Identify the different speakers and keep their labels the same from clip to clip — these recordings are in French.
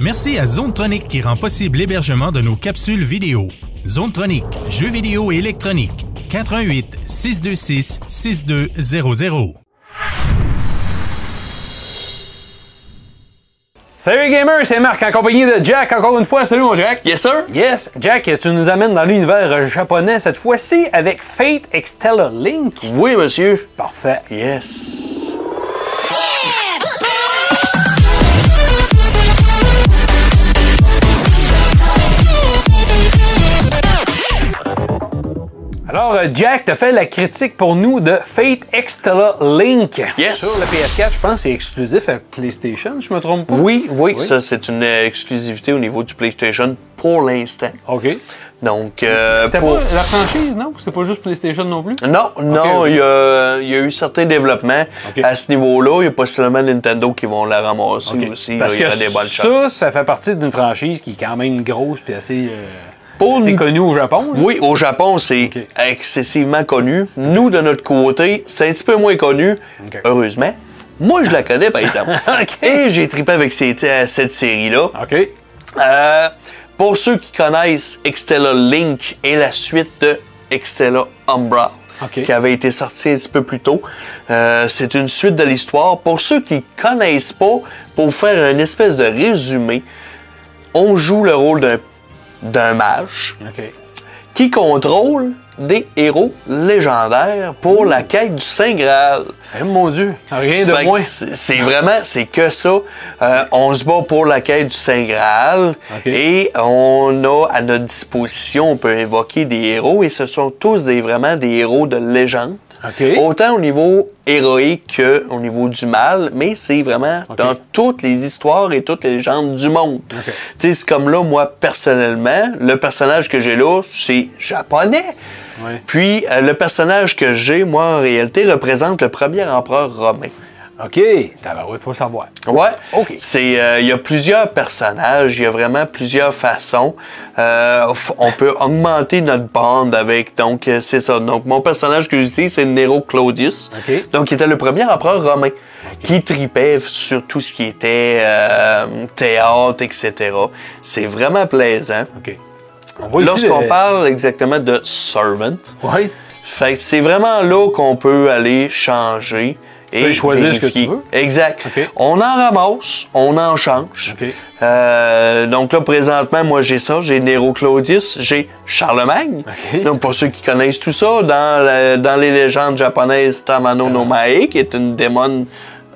Speaker 1: Merci à Zone Tronic qui rend possible l'hébergement de nos capsules vidéo. Zone Tronic, jeux vidéo et électronique. 88 626 6200.
Speaker 2: Salut les gamers, c'est Marc en compagnie de Jack encore une fois. Salut mon Jack.
Speaker 3: Yes, sir.
Speaker 2: Yes, Jack, tu nous amènes dans l'univers japonais cette fois-ci avec Fate Extella Link.
Speaker 3: Oui, monsieur.
Speaker 2: Parfait.
Speaker 3: Yes.
Speaker 2: Alors, euh, Jack, t'as fait la critique pour nous de Fate Extella Link.
Speaker 3: Yes.
Speaker 2: Sur le PS4, je pense que c'est exclusif à PlayStation, je me trompe pas.
Speaker 3: Oui, oui,
Speaker 2: Oui.
Speaker 3: ça, c'est une euh, exclusivité au niveau du PlayStation pour l'instant.
Speaker 2: OK.
Speaker 3: Donc, euh,
Speaker 2: C'était
Speaker 3: pour.
Speaker 2: pas la franchise, non? C'était pas juste PlayStation non plus?
Speaker 3: Non, non,
Speaker 2: ok.
Speaker 3: il y, a, il y a eu certains développements
Speaker 2: Ok.
Speaker 3: à ce niveau-là. Il y a possiblement Nintendo qui vont la ramasser
Speaker 2: Ok.
Speaker 3: aussi.
Speaker 2: Parce
Speaker 3: là, il
Speaker 2: que
Speaker 3: y aura des bonnes
Speaker 2: ça,
Speaker 3: chances.
Speaker 2: ça fait partie d'une franchise qui est quand même grosse puis assez, euh,
Speaker 3: Pour
Speaker 2: assez
Speaker 3: nous-
Speaker 2: connue au Japon. là.
Speaker 3: Mm. Oui, au Japon, c'est
Speaker 2: Ok.
Speaker 3: excessivement connu. Nous, de notre côté, c'est un petit peu moins connu,
Speaker 2: Ok.
Speaker 3: heureusement. Moi, je la connais, par exemple.
Speaker 2: Ok.
Speaker 3: Et j'ai trippé avec cette, euh, cette série-là.
Speaker 2: OK.
Speaker 3: Euh, pour ceux qui connaissent Extella Link et la suite de Extella Umbra,
Speaker 2: Ok.
Speaker 3: qui avait été sortie un petit peu plus tôt, euh, c'est une suite de l'histoire. Pour ceux qui connaissent pas, pour faire une espèce de résumé, on joue le rôle d'un d'un mage
Speaker 2: OK.
Speaker 3: qui contrôle des héros légendaires pour la quête du Saint Graal.
Speaker 2: Eh, mon Dieu, rien
Speaker 3: Fait
Speaker 2: de
Speaker 3: que
Speaker 2: moins.
Speaker 3: C'est c'est vraiment, c'est que ça. Euh, on se bat pour la quête du Saint Graal
Speaker 2: Ok.
Speaker 3: et on a à notre disposition, on peut évoquer des héros et ce sont tous des, vraiment des héros de légende.
Speaker 2: Ok.
Speaker 3: Autant au niveau héroïque qu'au niveau du mal, mais c'est vraiment
Speaker 2: Ok.
Speaker 3: dans toutes les histoires et toutes les légendes du monde.
Speaker 2: Ok.
Speaker 3: Tu sais, c'est comme là, moi, personnellement, le personnage que j'ai là, c'est japonais.
Speaker 2: Ouais.
Speaker 3: Puis, euh, le personnage que j'ai, moi, en réalité, représente le premier empereur romain.
Speaker 2: OK. Tabarouette, faut le savoir.
Speaker 3: Ouais.
Speaker 2: OK.
Speaker 3: C'est, euh, il y a plusieurs personnages, il y a vraiment plusieurs façons. Euh, f- on peut augmenter notre bande avec, donc euh, c'est ça. Donc mon personnage que j'utilise, c'est Nero Claudius.
Speaker 2: OK.
Speaker 3: Donc il était le premier empereur romain qui tripait sur tout ce qui était euh, théâtre, etc. C'est vraiment plaisant.
Speaker 2: OK. On voit
Speaker 3: Lorsqu'on parle exactement de servant,
Speaker 2: Oui.
Speaker 3: fait que c'est vraiment là qu'on peut aller changer. Et
Speaker 2: peux choisir ce que
Speaker 3: vérifier.
Speaker 2: tu veux.
Speaker 3: Exact.
Speaker 2: OK.
Speaker 3: On en ramasse, on en change.
Speaker 2: OK.
Speaker 3: Euh, donc là, présentement, moi, j'ai ça. J'ai Nero Claudius, j'ai Charlemagne.
Speaker 2: OK.
Speaker 3: Donc, pour ceux qui connaissent tout ça, dans, la- dans les légendes japonaises, Tamano no Mae, qui est une démon,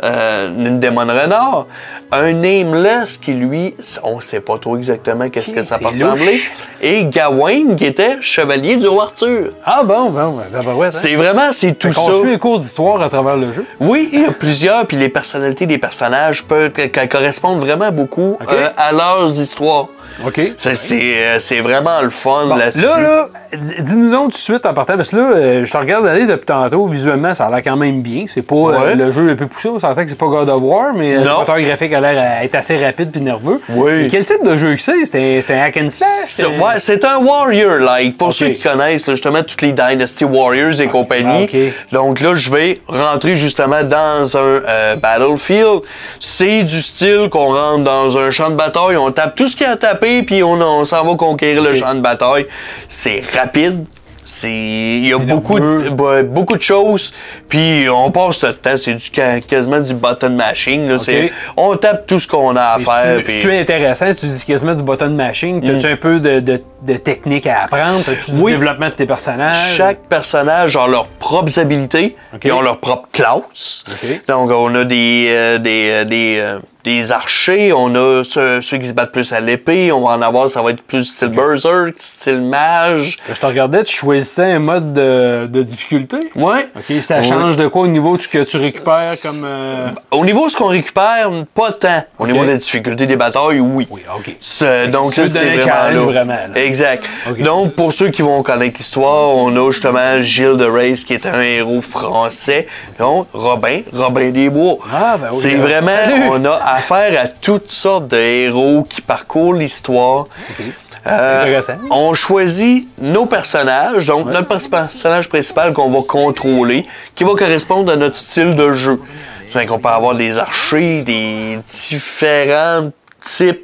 Speaker 3: euh, une démon renard. Un Nameless qui, lui, on sait pas trop exactement qu'est-ce
Speaker 2: OK,
Speaker 3: que ça peut
Speaker 2: c'est louche.
Speaker 3: ressembler. Et Gawain, qui était chevalier du roi Arthur.
Speaker 2: Ah bon, bon, ben, tabarouette. hein?
Speaker 3: C'est vraiment, c'est tout ça.
Speaker 2: On suit un cours d'histoire à travers le jeu.
Speaker 3: Oui, il y a plusieurs, puis les personnalités des personnages peuvent que- que- correspondent vraiment beaucoup
Speaker 2: Ok.
Speaker 3: euh, à leurs histoires.
Speaker 2: OK.
Speaker 3: Ça, C'est euh, c'est vraiment le fun
Speaker 2: Bon,
Speaker 3: là-dessus.
Speaker 2: là, là, d- dis-nous donc tout de suite en partant, parce que là, euh, je te regarde aller depuis tantôt, visuellement, ça a l'air quand même bien. C'est pas euh,
Speaker 3: Ouais.
Speaker 2: le jeu le plus poussé, on s'entend que c'est pas God of War, mais euh, le
Speaker 3: Non.
Speaker 2: moteur graphique a l'air d'être assez rapide puis nerveux.
Speaker 3: Oui.
Speaker 2: Mais quel type de jeu que c'est? C'est un- c'est un hack and slash?
Speaker 3: C'est-
Speaker 2: un-
Speaker 3: ouais, c'est un warrior like pour
Speaker 2: Ok.
Speaker 3: ceux qui connaissent là, justement toutes les Dynasty Warriors et
Speaker 2: Ah,
Speaker 3: compagnie.
Speaker 2: ok.
Speaker 3: Donc là, je vais rentrer justement dans un euh, battlefield. C'est du style qu'on rentre dans un champ de bataille, on tape tout ce qu'il y a à taper puis on, on s'en va conquérir le champ de bataille. C'est rapide. C'est il y a beaucoup de,
Speaker 2: nerveux.
Speaker 3: ouais, beaucoup de choses puis on passe notre temps, c'est du ca- quasiment du button mashing là, c'est on tape tout ce qu'on a à
Speaker 2: Et
Speaker 3: faire
Speaker 2: si,
Speaker 3: puis- Mm.
Speaker 2: si tu es intéressant, tu dis quasiment du button machine. T'as-tu un peu de, de- de technique à apprendre? T'as-tu du
Speaker 3: Oui.
Speaker 2: développement de tes personnages?
Speaker 3: Chaque personnage a leurs propres habilités,
Speaker 2: Ah, Ok.
Speaker 3: ils ont leur propre classe.
Speaker 2: Ok.
Speaker 3: Donc, on a des, euh, des, euh, des, euh, des archers, on a ceux, ceux qui se battent plus à l'épée, on va en avoir, ça va être plus style berserk, style mage.
Speaker 2: Je te regardais, tu choisissais un mode de, de difficulté?
Speaker 3: Ouais.
Speaker 2: OK, ça
Speaker 3: Ouais.
Speaker 2: change de quoi au niveau de ce que tu récupères comme... euh,
Speaker 3: Au niveau de ce qu'on récupère, pas tant. Au niveau de la difficulté des batailles, oui.
Speaker 2: Oui, OK.
Speaker 3: C'est- Donc,
Speaker 2: Ça
Speaker 3: ça,
Speaker 2: te donne un
Speaker 3: c'est vraiment,
Speaker 2: challenge,
Speaker 3: là.
Speaker 2: vraiment, là.
Speaker 3: Exact.
Speaker 2: Ok.
Speaker 3: Donc, pour ceux qui vont connaître l'histoire, on a justement Gilles de Reyes qui est un héros français. Donc, Robin, Robin des Bois.
Speaker 2: Ah, ben oui,
Speaker 3: c'est
Speaker 2: ben,
Speaker 3: vraiment,
Speaker 2: salut.
Speaker 3: on a affaire à toutes sortes de héros qui parcourent l'histoire. Euh,
Speaker 2: Intéressant.
Speaker 3: on choisit nos personnages, donc notre pers- personnage principal qu'on va contrôler, qui va correspondre à notre style de jeu. cest qu'on peut avoir des archers, des différents types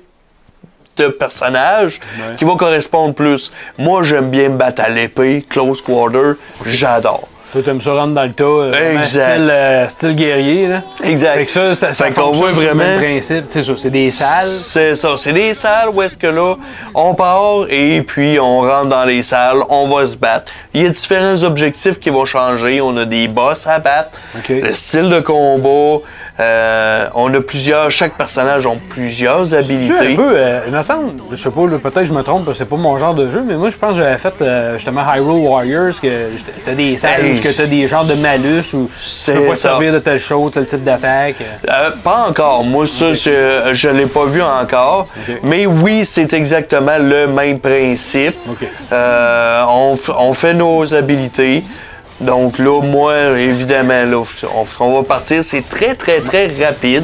Speaker 3: de personnage
Speaker 2: Ouais.
Speaker 3: qui va correspondre plus. Moi, j'aime bien me battre à l'épée, close quarter, j'adore.
Speaker 2: Toi, t'aimes ça rentrer dans le tas. euh, vraiment
Speaker 3: Exact.
Speaker 2: Style, euh, style guerrier, là.
Speaker 3: Exact.
Speaker 2: Fait que ça, ça, ça
Speaker 3: Fait qu'on
Speaker 2: fonctionne
Speaker 3: voit
Speaker 2: sur le
Speaker 3: vraiment-
Speaker 2: même principe. C'est ça, c'est des salles.
Speaker 3: C'est ça, c'est des salles où est-ce que là, on part et puis on rentre dans les salles, on va se battre. Il y a différents objectifs qui vont changer. On a des boss à battre,
Speaker 2: Ok.
Speaker 3: le style de combat, euh, on a plusieurs, chaque personnage a plusieurs
Speaker 2: Tu un
Speaker 3: habilités.
Speaker 2: peu, euh, il me semble, je sais pas, là, peut-être que je me trompe, parce que c'est pas mon genre de jeu, mais moi je pense que j'avais fait euh, justement Hyrule Warriors, que j't- t'as des salles
Speaker 3: Hey.
Speaker 2: où que t'as des genres de malus ou tu
Speaker 3: Ben, C'est
Speaker 2: peux pas te
Speaker 3: ça.
Speaker 2: servir de telle chose, tel type d'attaque. euh.
Speaker 3: Euh, pas encore. Moi, ça, je- je ne l'ai pas vu encore.
Speaker 2: Ok.
Speaker 3: Mais oui, c'est exactement le même principe.
Speaker 2: Ok.
Speaker 3: Euh, on, f- on fait nos habilités. Donc là, moi, évidemment, là, on, f- on va partir. C'est très, très, très rapide.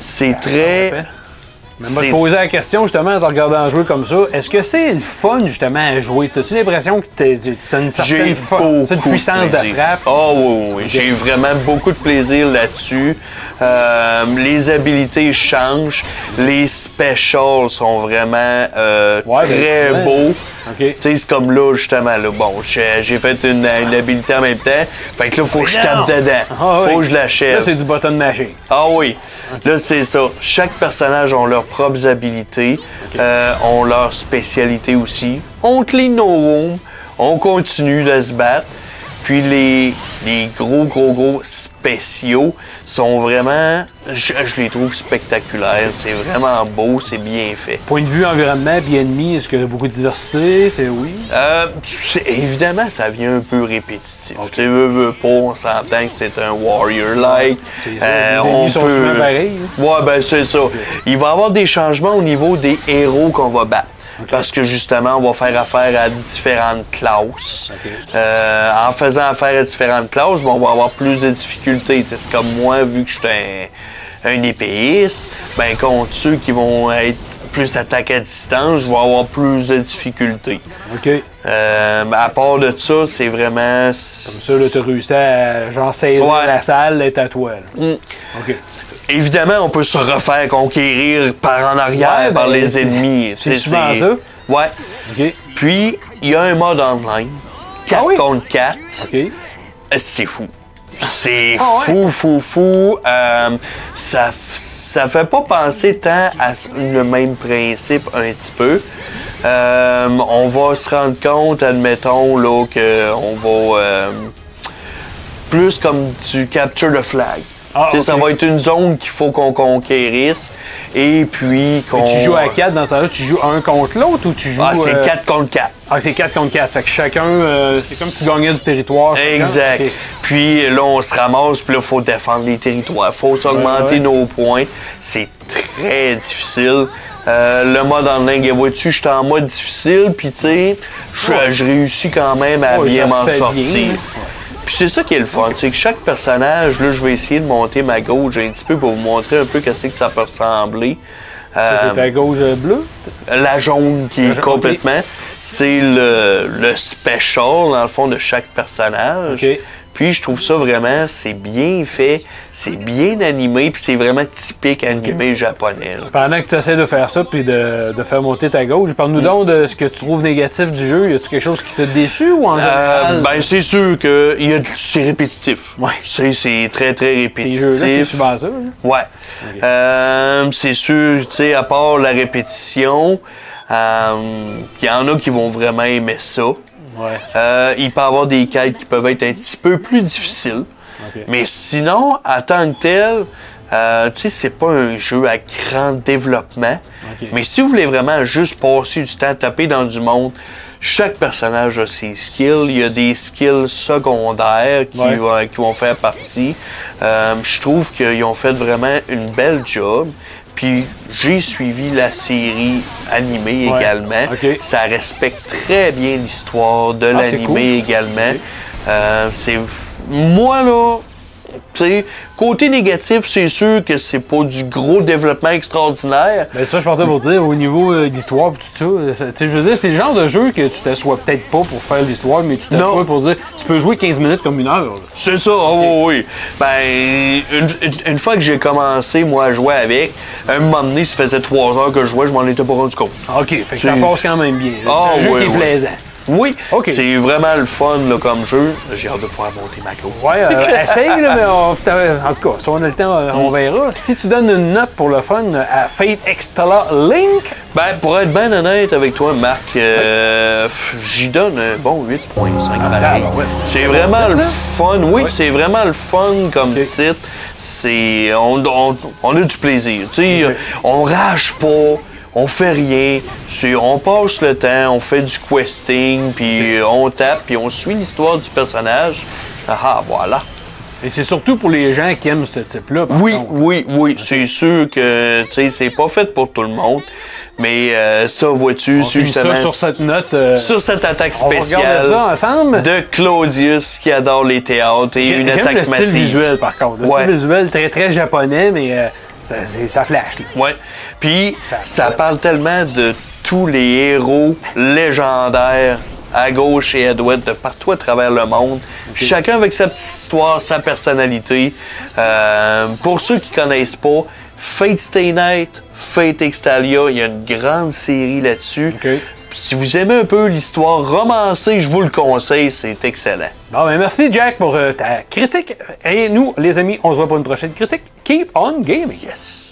Speaker 3: C'est très...
Speaker 2: parfait. Mais moi, je
Speaker 3: c'est-
Speaker 2: te posais la question justement en te regardant jouer comme ça, est-ce que c'est le fun justement à jouer? T'as-tu l'impression que t'es- t'as une
Speaker 3: J'ai
Speaker 2: certaine
Speaker 3: beaucoup
Speaker 2: fo- t'sais, de puissance
Speaker 3: plaisir.
Speaker 2: de frappe?
Speaker 3: Oh oui, oui, oui. J'ai vraiment beaucoup de plaisir là-dessus. Euh, les habilités changent. Les specials sont vraiment euh,
Speaker 2: Ouais, ben,
Speaker 3: très
Speaker 2: souvent.
Speaker 3: beaux.
Speaker 2: Ok.
Speaker 3: Tu sais, c'est comme là, justement, là, bon, j'ai j'ai fait une, une habilité en même temps. Fait que là, faut que je tape
Speaker 2: Non.
Speaker 3: dedans.
Speaker 2: Ah oui.
Speaker 3: Faut que je
Speaker 2: Là,
Speaker 3: l'achève.
Speaker 2: c'est du button mashing.
Speaker 3: Ah oui, là c'est ça. Chaque personnage a leurs propres habilités, euh, ont leur spécialité aussi. On clean nos rooms, on continue de se battre. Puis les, les gros, gros, gros spéciaux sont vraiment, je, je les trouve spectaculaires. C'est vraiment beau, c'est bien fait.
Speaker 2: Point de vue environnement, puis ennemi, est-ce qu'il y a beaucoup de diversité? C'est oui.
Speaker 3: Euh, c'est- évidemment, ça vient un peu répétitif. Tu veux, veux pas, on s'entend que c'est un warrior-like.
Speaker 2: C'est
Speaker 3: Euh,
Speaker 2: ça, les ennemis sont souvent pareils, hein.
Speaker 3: Ouais, ben c'est ça. Il va y avoir des changements au niveau des héros qu'on va battre. Parce que justement, on va faire affaire à différentes classes. Euh, en faisant affaire à différentes classes, ben, on va avoir plus de difficultés. Tu sais, C'est comme moi, vu que je suis un, un épéiste, ben contre ceux qui vont être plus attaque à distance, je vais avoir plus de difficultés.
Speaker 2: OK.
Speaker 3: Euh, ben, à part de ça, c'est vraiment.
Speaker 2: Comme ça, là, t'as réussi à genre saisir
Speaker 3: Ouais.
Speaker 2: la salle, être à toi. là.
Speaker 3: Mm.
Speaker 2: OK.
Speaker 3: Évidemment, on peut se refaire conquérir par en arrière,
Speaker 2: Ouais,
Speaker 3: par
Speaker 2: ben,
Speaker 3: les
Speaker 2: c'est-
Speaker 3: ennemis.
Speaker 2: c'est
Speaker 3: Tu sais,
Speaker 2: souvent
Speaker 3: c'est-
Speaker 2: ça.
Speaker 3: Ouais.
Speaker 2: OK.
Speaker 3: Puis, il y a un mode online. 4
Speaker 2: Ah oui?
Speaker 3: contre 4.
Speaker 2: OK.
Speaker 3: C'est fou. C'est
Speaker 2: Ah ouais?
Speaker 3: fou, fou, fou. Euh, ça, f- ça fait pas penser tant à s- le même principe un petit peu. Euh, on va se rendre compte, admettons, là, que on va euh, plus comme du capture the flag.
Speaker 2: Ah,
Speaker 3: Tu sais, Ça
Speaker 2: ok.
Speaker 3: va être une zone qu'il faut qu'on conquérisse. Et puis qu'on.
Speaker 2: Tu joues à 4 dans ce là tu joues un contre l'autre ou tu joues.
Speaker 3: Ah, c'est
Speaker 2: euh,
Speaker 3: 4 contre 4.
Speaker 2: Ah, c'est 4 contre 4. Fait que chacun, euh, c'est comme si tu gagnais du territoire. chacun.
Speaker 3: Exact.
Speaker 2: OK.
Speaker 3: Puis là, on se ramasse, puis là, faut défendre les territoires, faut augmenter
Speaker 2: ouais.
Speaker 3: nos points. C'est très difficile. Euh, le mode en ligne, vois-tu, je suis en mode difficile, puis tu sais, je,
Speaker 2: Ouais.
Speaker 3: je réussis quand même à
Speaker 2: Ouais,
Speaker 3: bien
Speaker 2: ça se
Speaker 3: m'en
Speaker 2: fait
Speaker 3: sortir.
Speaker 2: bien, hein.
Speaker 3: Puis c'est ça qui est le fun, c'est que chaque personnage, là, je vais essayer de monter ma gauche un petit peu pour vous montrer un peu qu'est-ce que ça peut ressembler.
Speaker 2: Ça,
Speaker 3: Euh,
Speaker 2: c'est ta gauche euh, bleue.
Speaker 3: la jaune qui
Speaker 2: La
Speaker 3: est
Speaker 2: jaune,
Speaker 3: complètement, c'est le, le special, dans le fond, de chaque personnage.
Speaker 2: OK.
Speaker 3: Puis je trouve ça vraiment, c'est bien fait, c'est bien animé, puis c'est vraiment typique animé japonais. là.
Speaker 2: Pendant que tu essaies de faire ça puis de, de faire monter ta gauche,
Speaker 3: Mm.
Speaker 2: parle-nous donc de ce que tu trouves négatif du jeu. Y a-tu quelque chose qui t'a déçu ou en
Speaker 3: Euh,
Speaker 2: général?
Speaker 3: ben c'est sûr que il y a du- c'est répétitif.
Speaker 2: Ouais.
Speaker 3: C'est c'est très très
Speaker 2: ces
Speaker 3: répétitif.
Speaker 2: jeux-là, c'est souvent ça. hein?
Speaker 3: Ouais. Euh, c'est sûr, tu sais, à part la répétition, euh, il y en a qui vont vraiment aimer ça.
Speaker 2: Ouais.
Speaker 3: Euh, il peut y avoir des quêtes qui peuvent être un petit peu plus difficiles.
Speaker 2: Ok.
Speaker 3: Mais sinon, en tant que tel, euh, tu sais, c'est pas un jeu à grand développement.
Speaker 2: Ok.
Speaker 3: Mais si vous voulez vraiment juste passer du temps à taper dans du monde, chaque personnage a ses skills. Il y a des skills secondaires qui,
Speaker 2: Ouais.
Speaker 3: vont- qui vont faire partie. Euh, je trouve qu'ils ont fait vraiment une belle job. Puis j'ai suivi la série animée
Speaker 2: Ouais.
Speaker 3: également.
Speaker 2: Ok.
Speaker 3: Ça respecte très bien l'histoire de
Speaker 2: Ah, c'est
Speaker 3: l'animé
Speaker 2: cool.
Speaker 3: également. Euh, c'est moi là, sais, côté négatif, c'est sûr que c'est pas du gros développement extraordinaire.
Speaker 2: Ben ça, je partais pour dire, au niveau euh, de l'histoire pis tout ça, ça, tu sais, je veux dire, c'est le genre de jeu que tu t'assois peut-être pas pour faire l'histoire, mais tu
Speaker 3: Non.
Speaker 2: t'assois pour dire, tu peux jouer 15 minutes comme une heure. là.
Speaker 3: C'est ça, oh, oui, oui. Ben, une, une- une fois que j'ai commencé, moi, à jouer avec, à un moment donné, ça faisait trois heures que je jouais, je m'en étais pas rendu compte.
Speaker 2: OK, fait que ça
Speaker 3: C'est-
Speaker 2: passe quand même bien. là.
Speaker 3: Ah,
Speaker 2: C'est un jeu
Speaker 3: ouais,
Speaker 2: qui est
Speaker 3: ouais.
Speaker 2: plaisant.
Speaker 3: Oui,
Speaker 2: Ok.
Speaker 3: c'est vraiment le fun là, comme jeu. J'ai hâte de pouvoir monter ma cour.
Speaker 2: Ouais, euh, essaye, là, mais on- en tout cas, si on a le temps, euh, on verra. Si tu donnes une note pour le fun euh, à Fate Extra Link,
Speaker 3: Ben, pour être bien honnête avec toi, Marc, euh, pff, j'y donne un bon 8.5 pareil.
Speaker 2: ben ouais.
Speaker 3: C'est vraiment le fun, oui, c'est vraiment le fun comme titre. C'est, on, on- on a du plaisir, tu sais, on rage pas. On fait rien, c'est- on passe le temps, on fait du questing, puis euh, on tape, puis on suit l'histoire du personnage. Ah, voilà.
Speaker 2: et c'est surtout pour les gens qui aiment ce type-là. par
Speaker 3: Oui,
Speaker 2: contre.
Speaker 3: Ah, oui, oui. C'est sûr que tu sais, c'est pas fait pour tout le monde. Mais euh, ça, vois-tu,
Speaker 2: On
Speaker 3: c'est
Speaker 2: finit
Speaker 3: justement
Speaker 2: ça sur cette note. euh,
Speaker 3: sur cette attaque
Speaker 2: on va
Speaker 3: spéciale
Speaker 2: regarder ça ensemble.
Speaker 3: de Claudius qui adore les théâtres et
Speaker 2: J'ai-
Speaker 3: une
Speaker 2: j'aime
Speaker 3: attaque
Speaker 2: le style
Speaker 3: massive.
Speaker 2: visuel, par contre. Le
Speaker 3: Ouais.
Speaker 2: style visuel très, très japonais, mais euh, ça, c'est- ça flash. là.
Speaker 3: Ouais. Puis ça
Speaker 2: ouais.
Speaker 3: parle tellement de tous les héros légendaires à gauche et à droite de partout à travers le monde. Chacun avec sa petite histoire, sa personnalité. Euh, pour ceux qui connaissent pas, Fate Stay Night, Fate Extalia, il y a une grande série là-dessus.
Speaker 2: OK.
Speaker 3: Si vous aimez un peu l'histoire romancée, je vous le conseille, c'est excellent.
Speaker 2: Bon, ben merci, Jack, pour euh, ta critique. Et nous, les amis, on se voit pour une prochaine critique. Keep on gaming.
Speaker 3: Yes.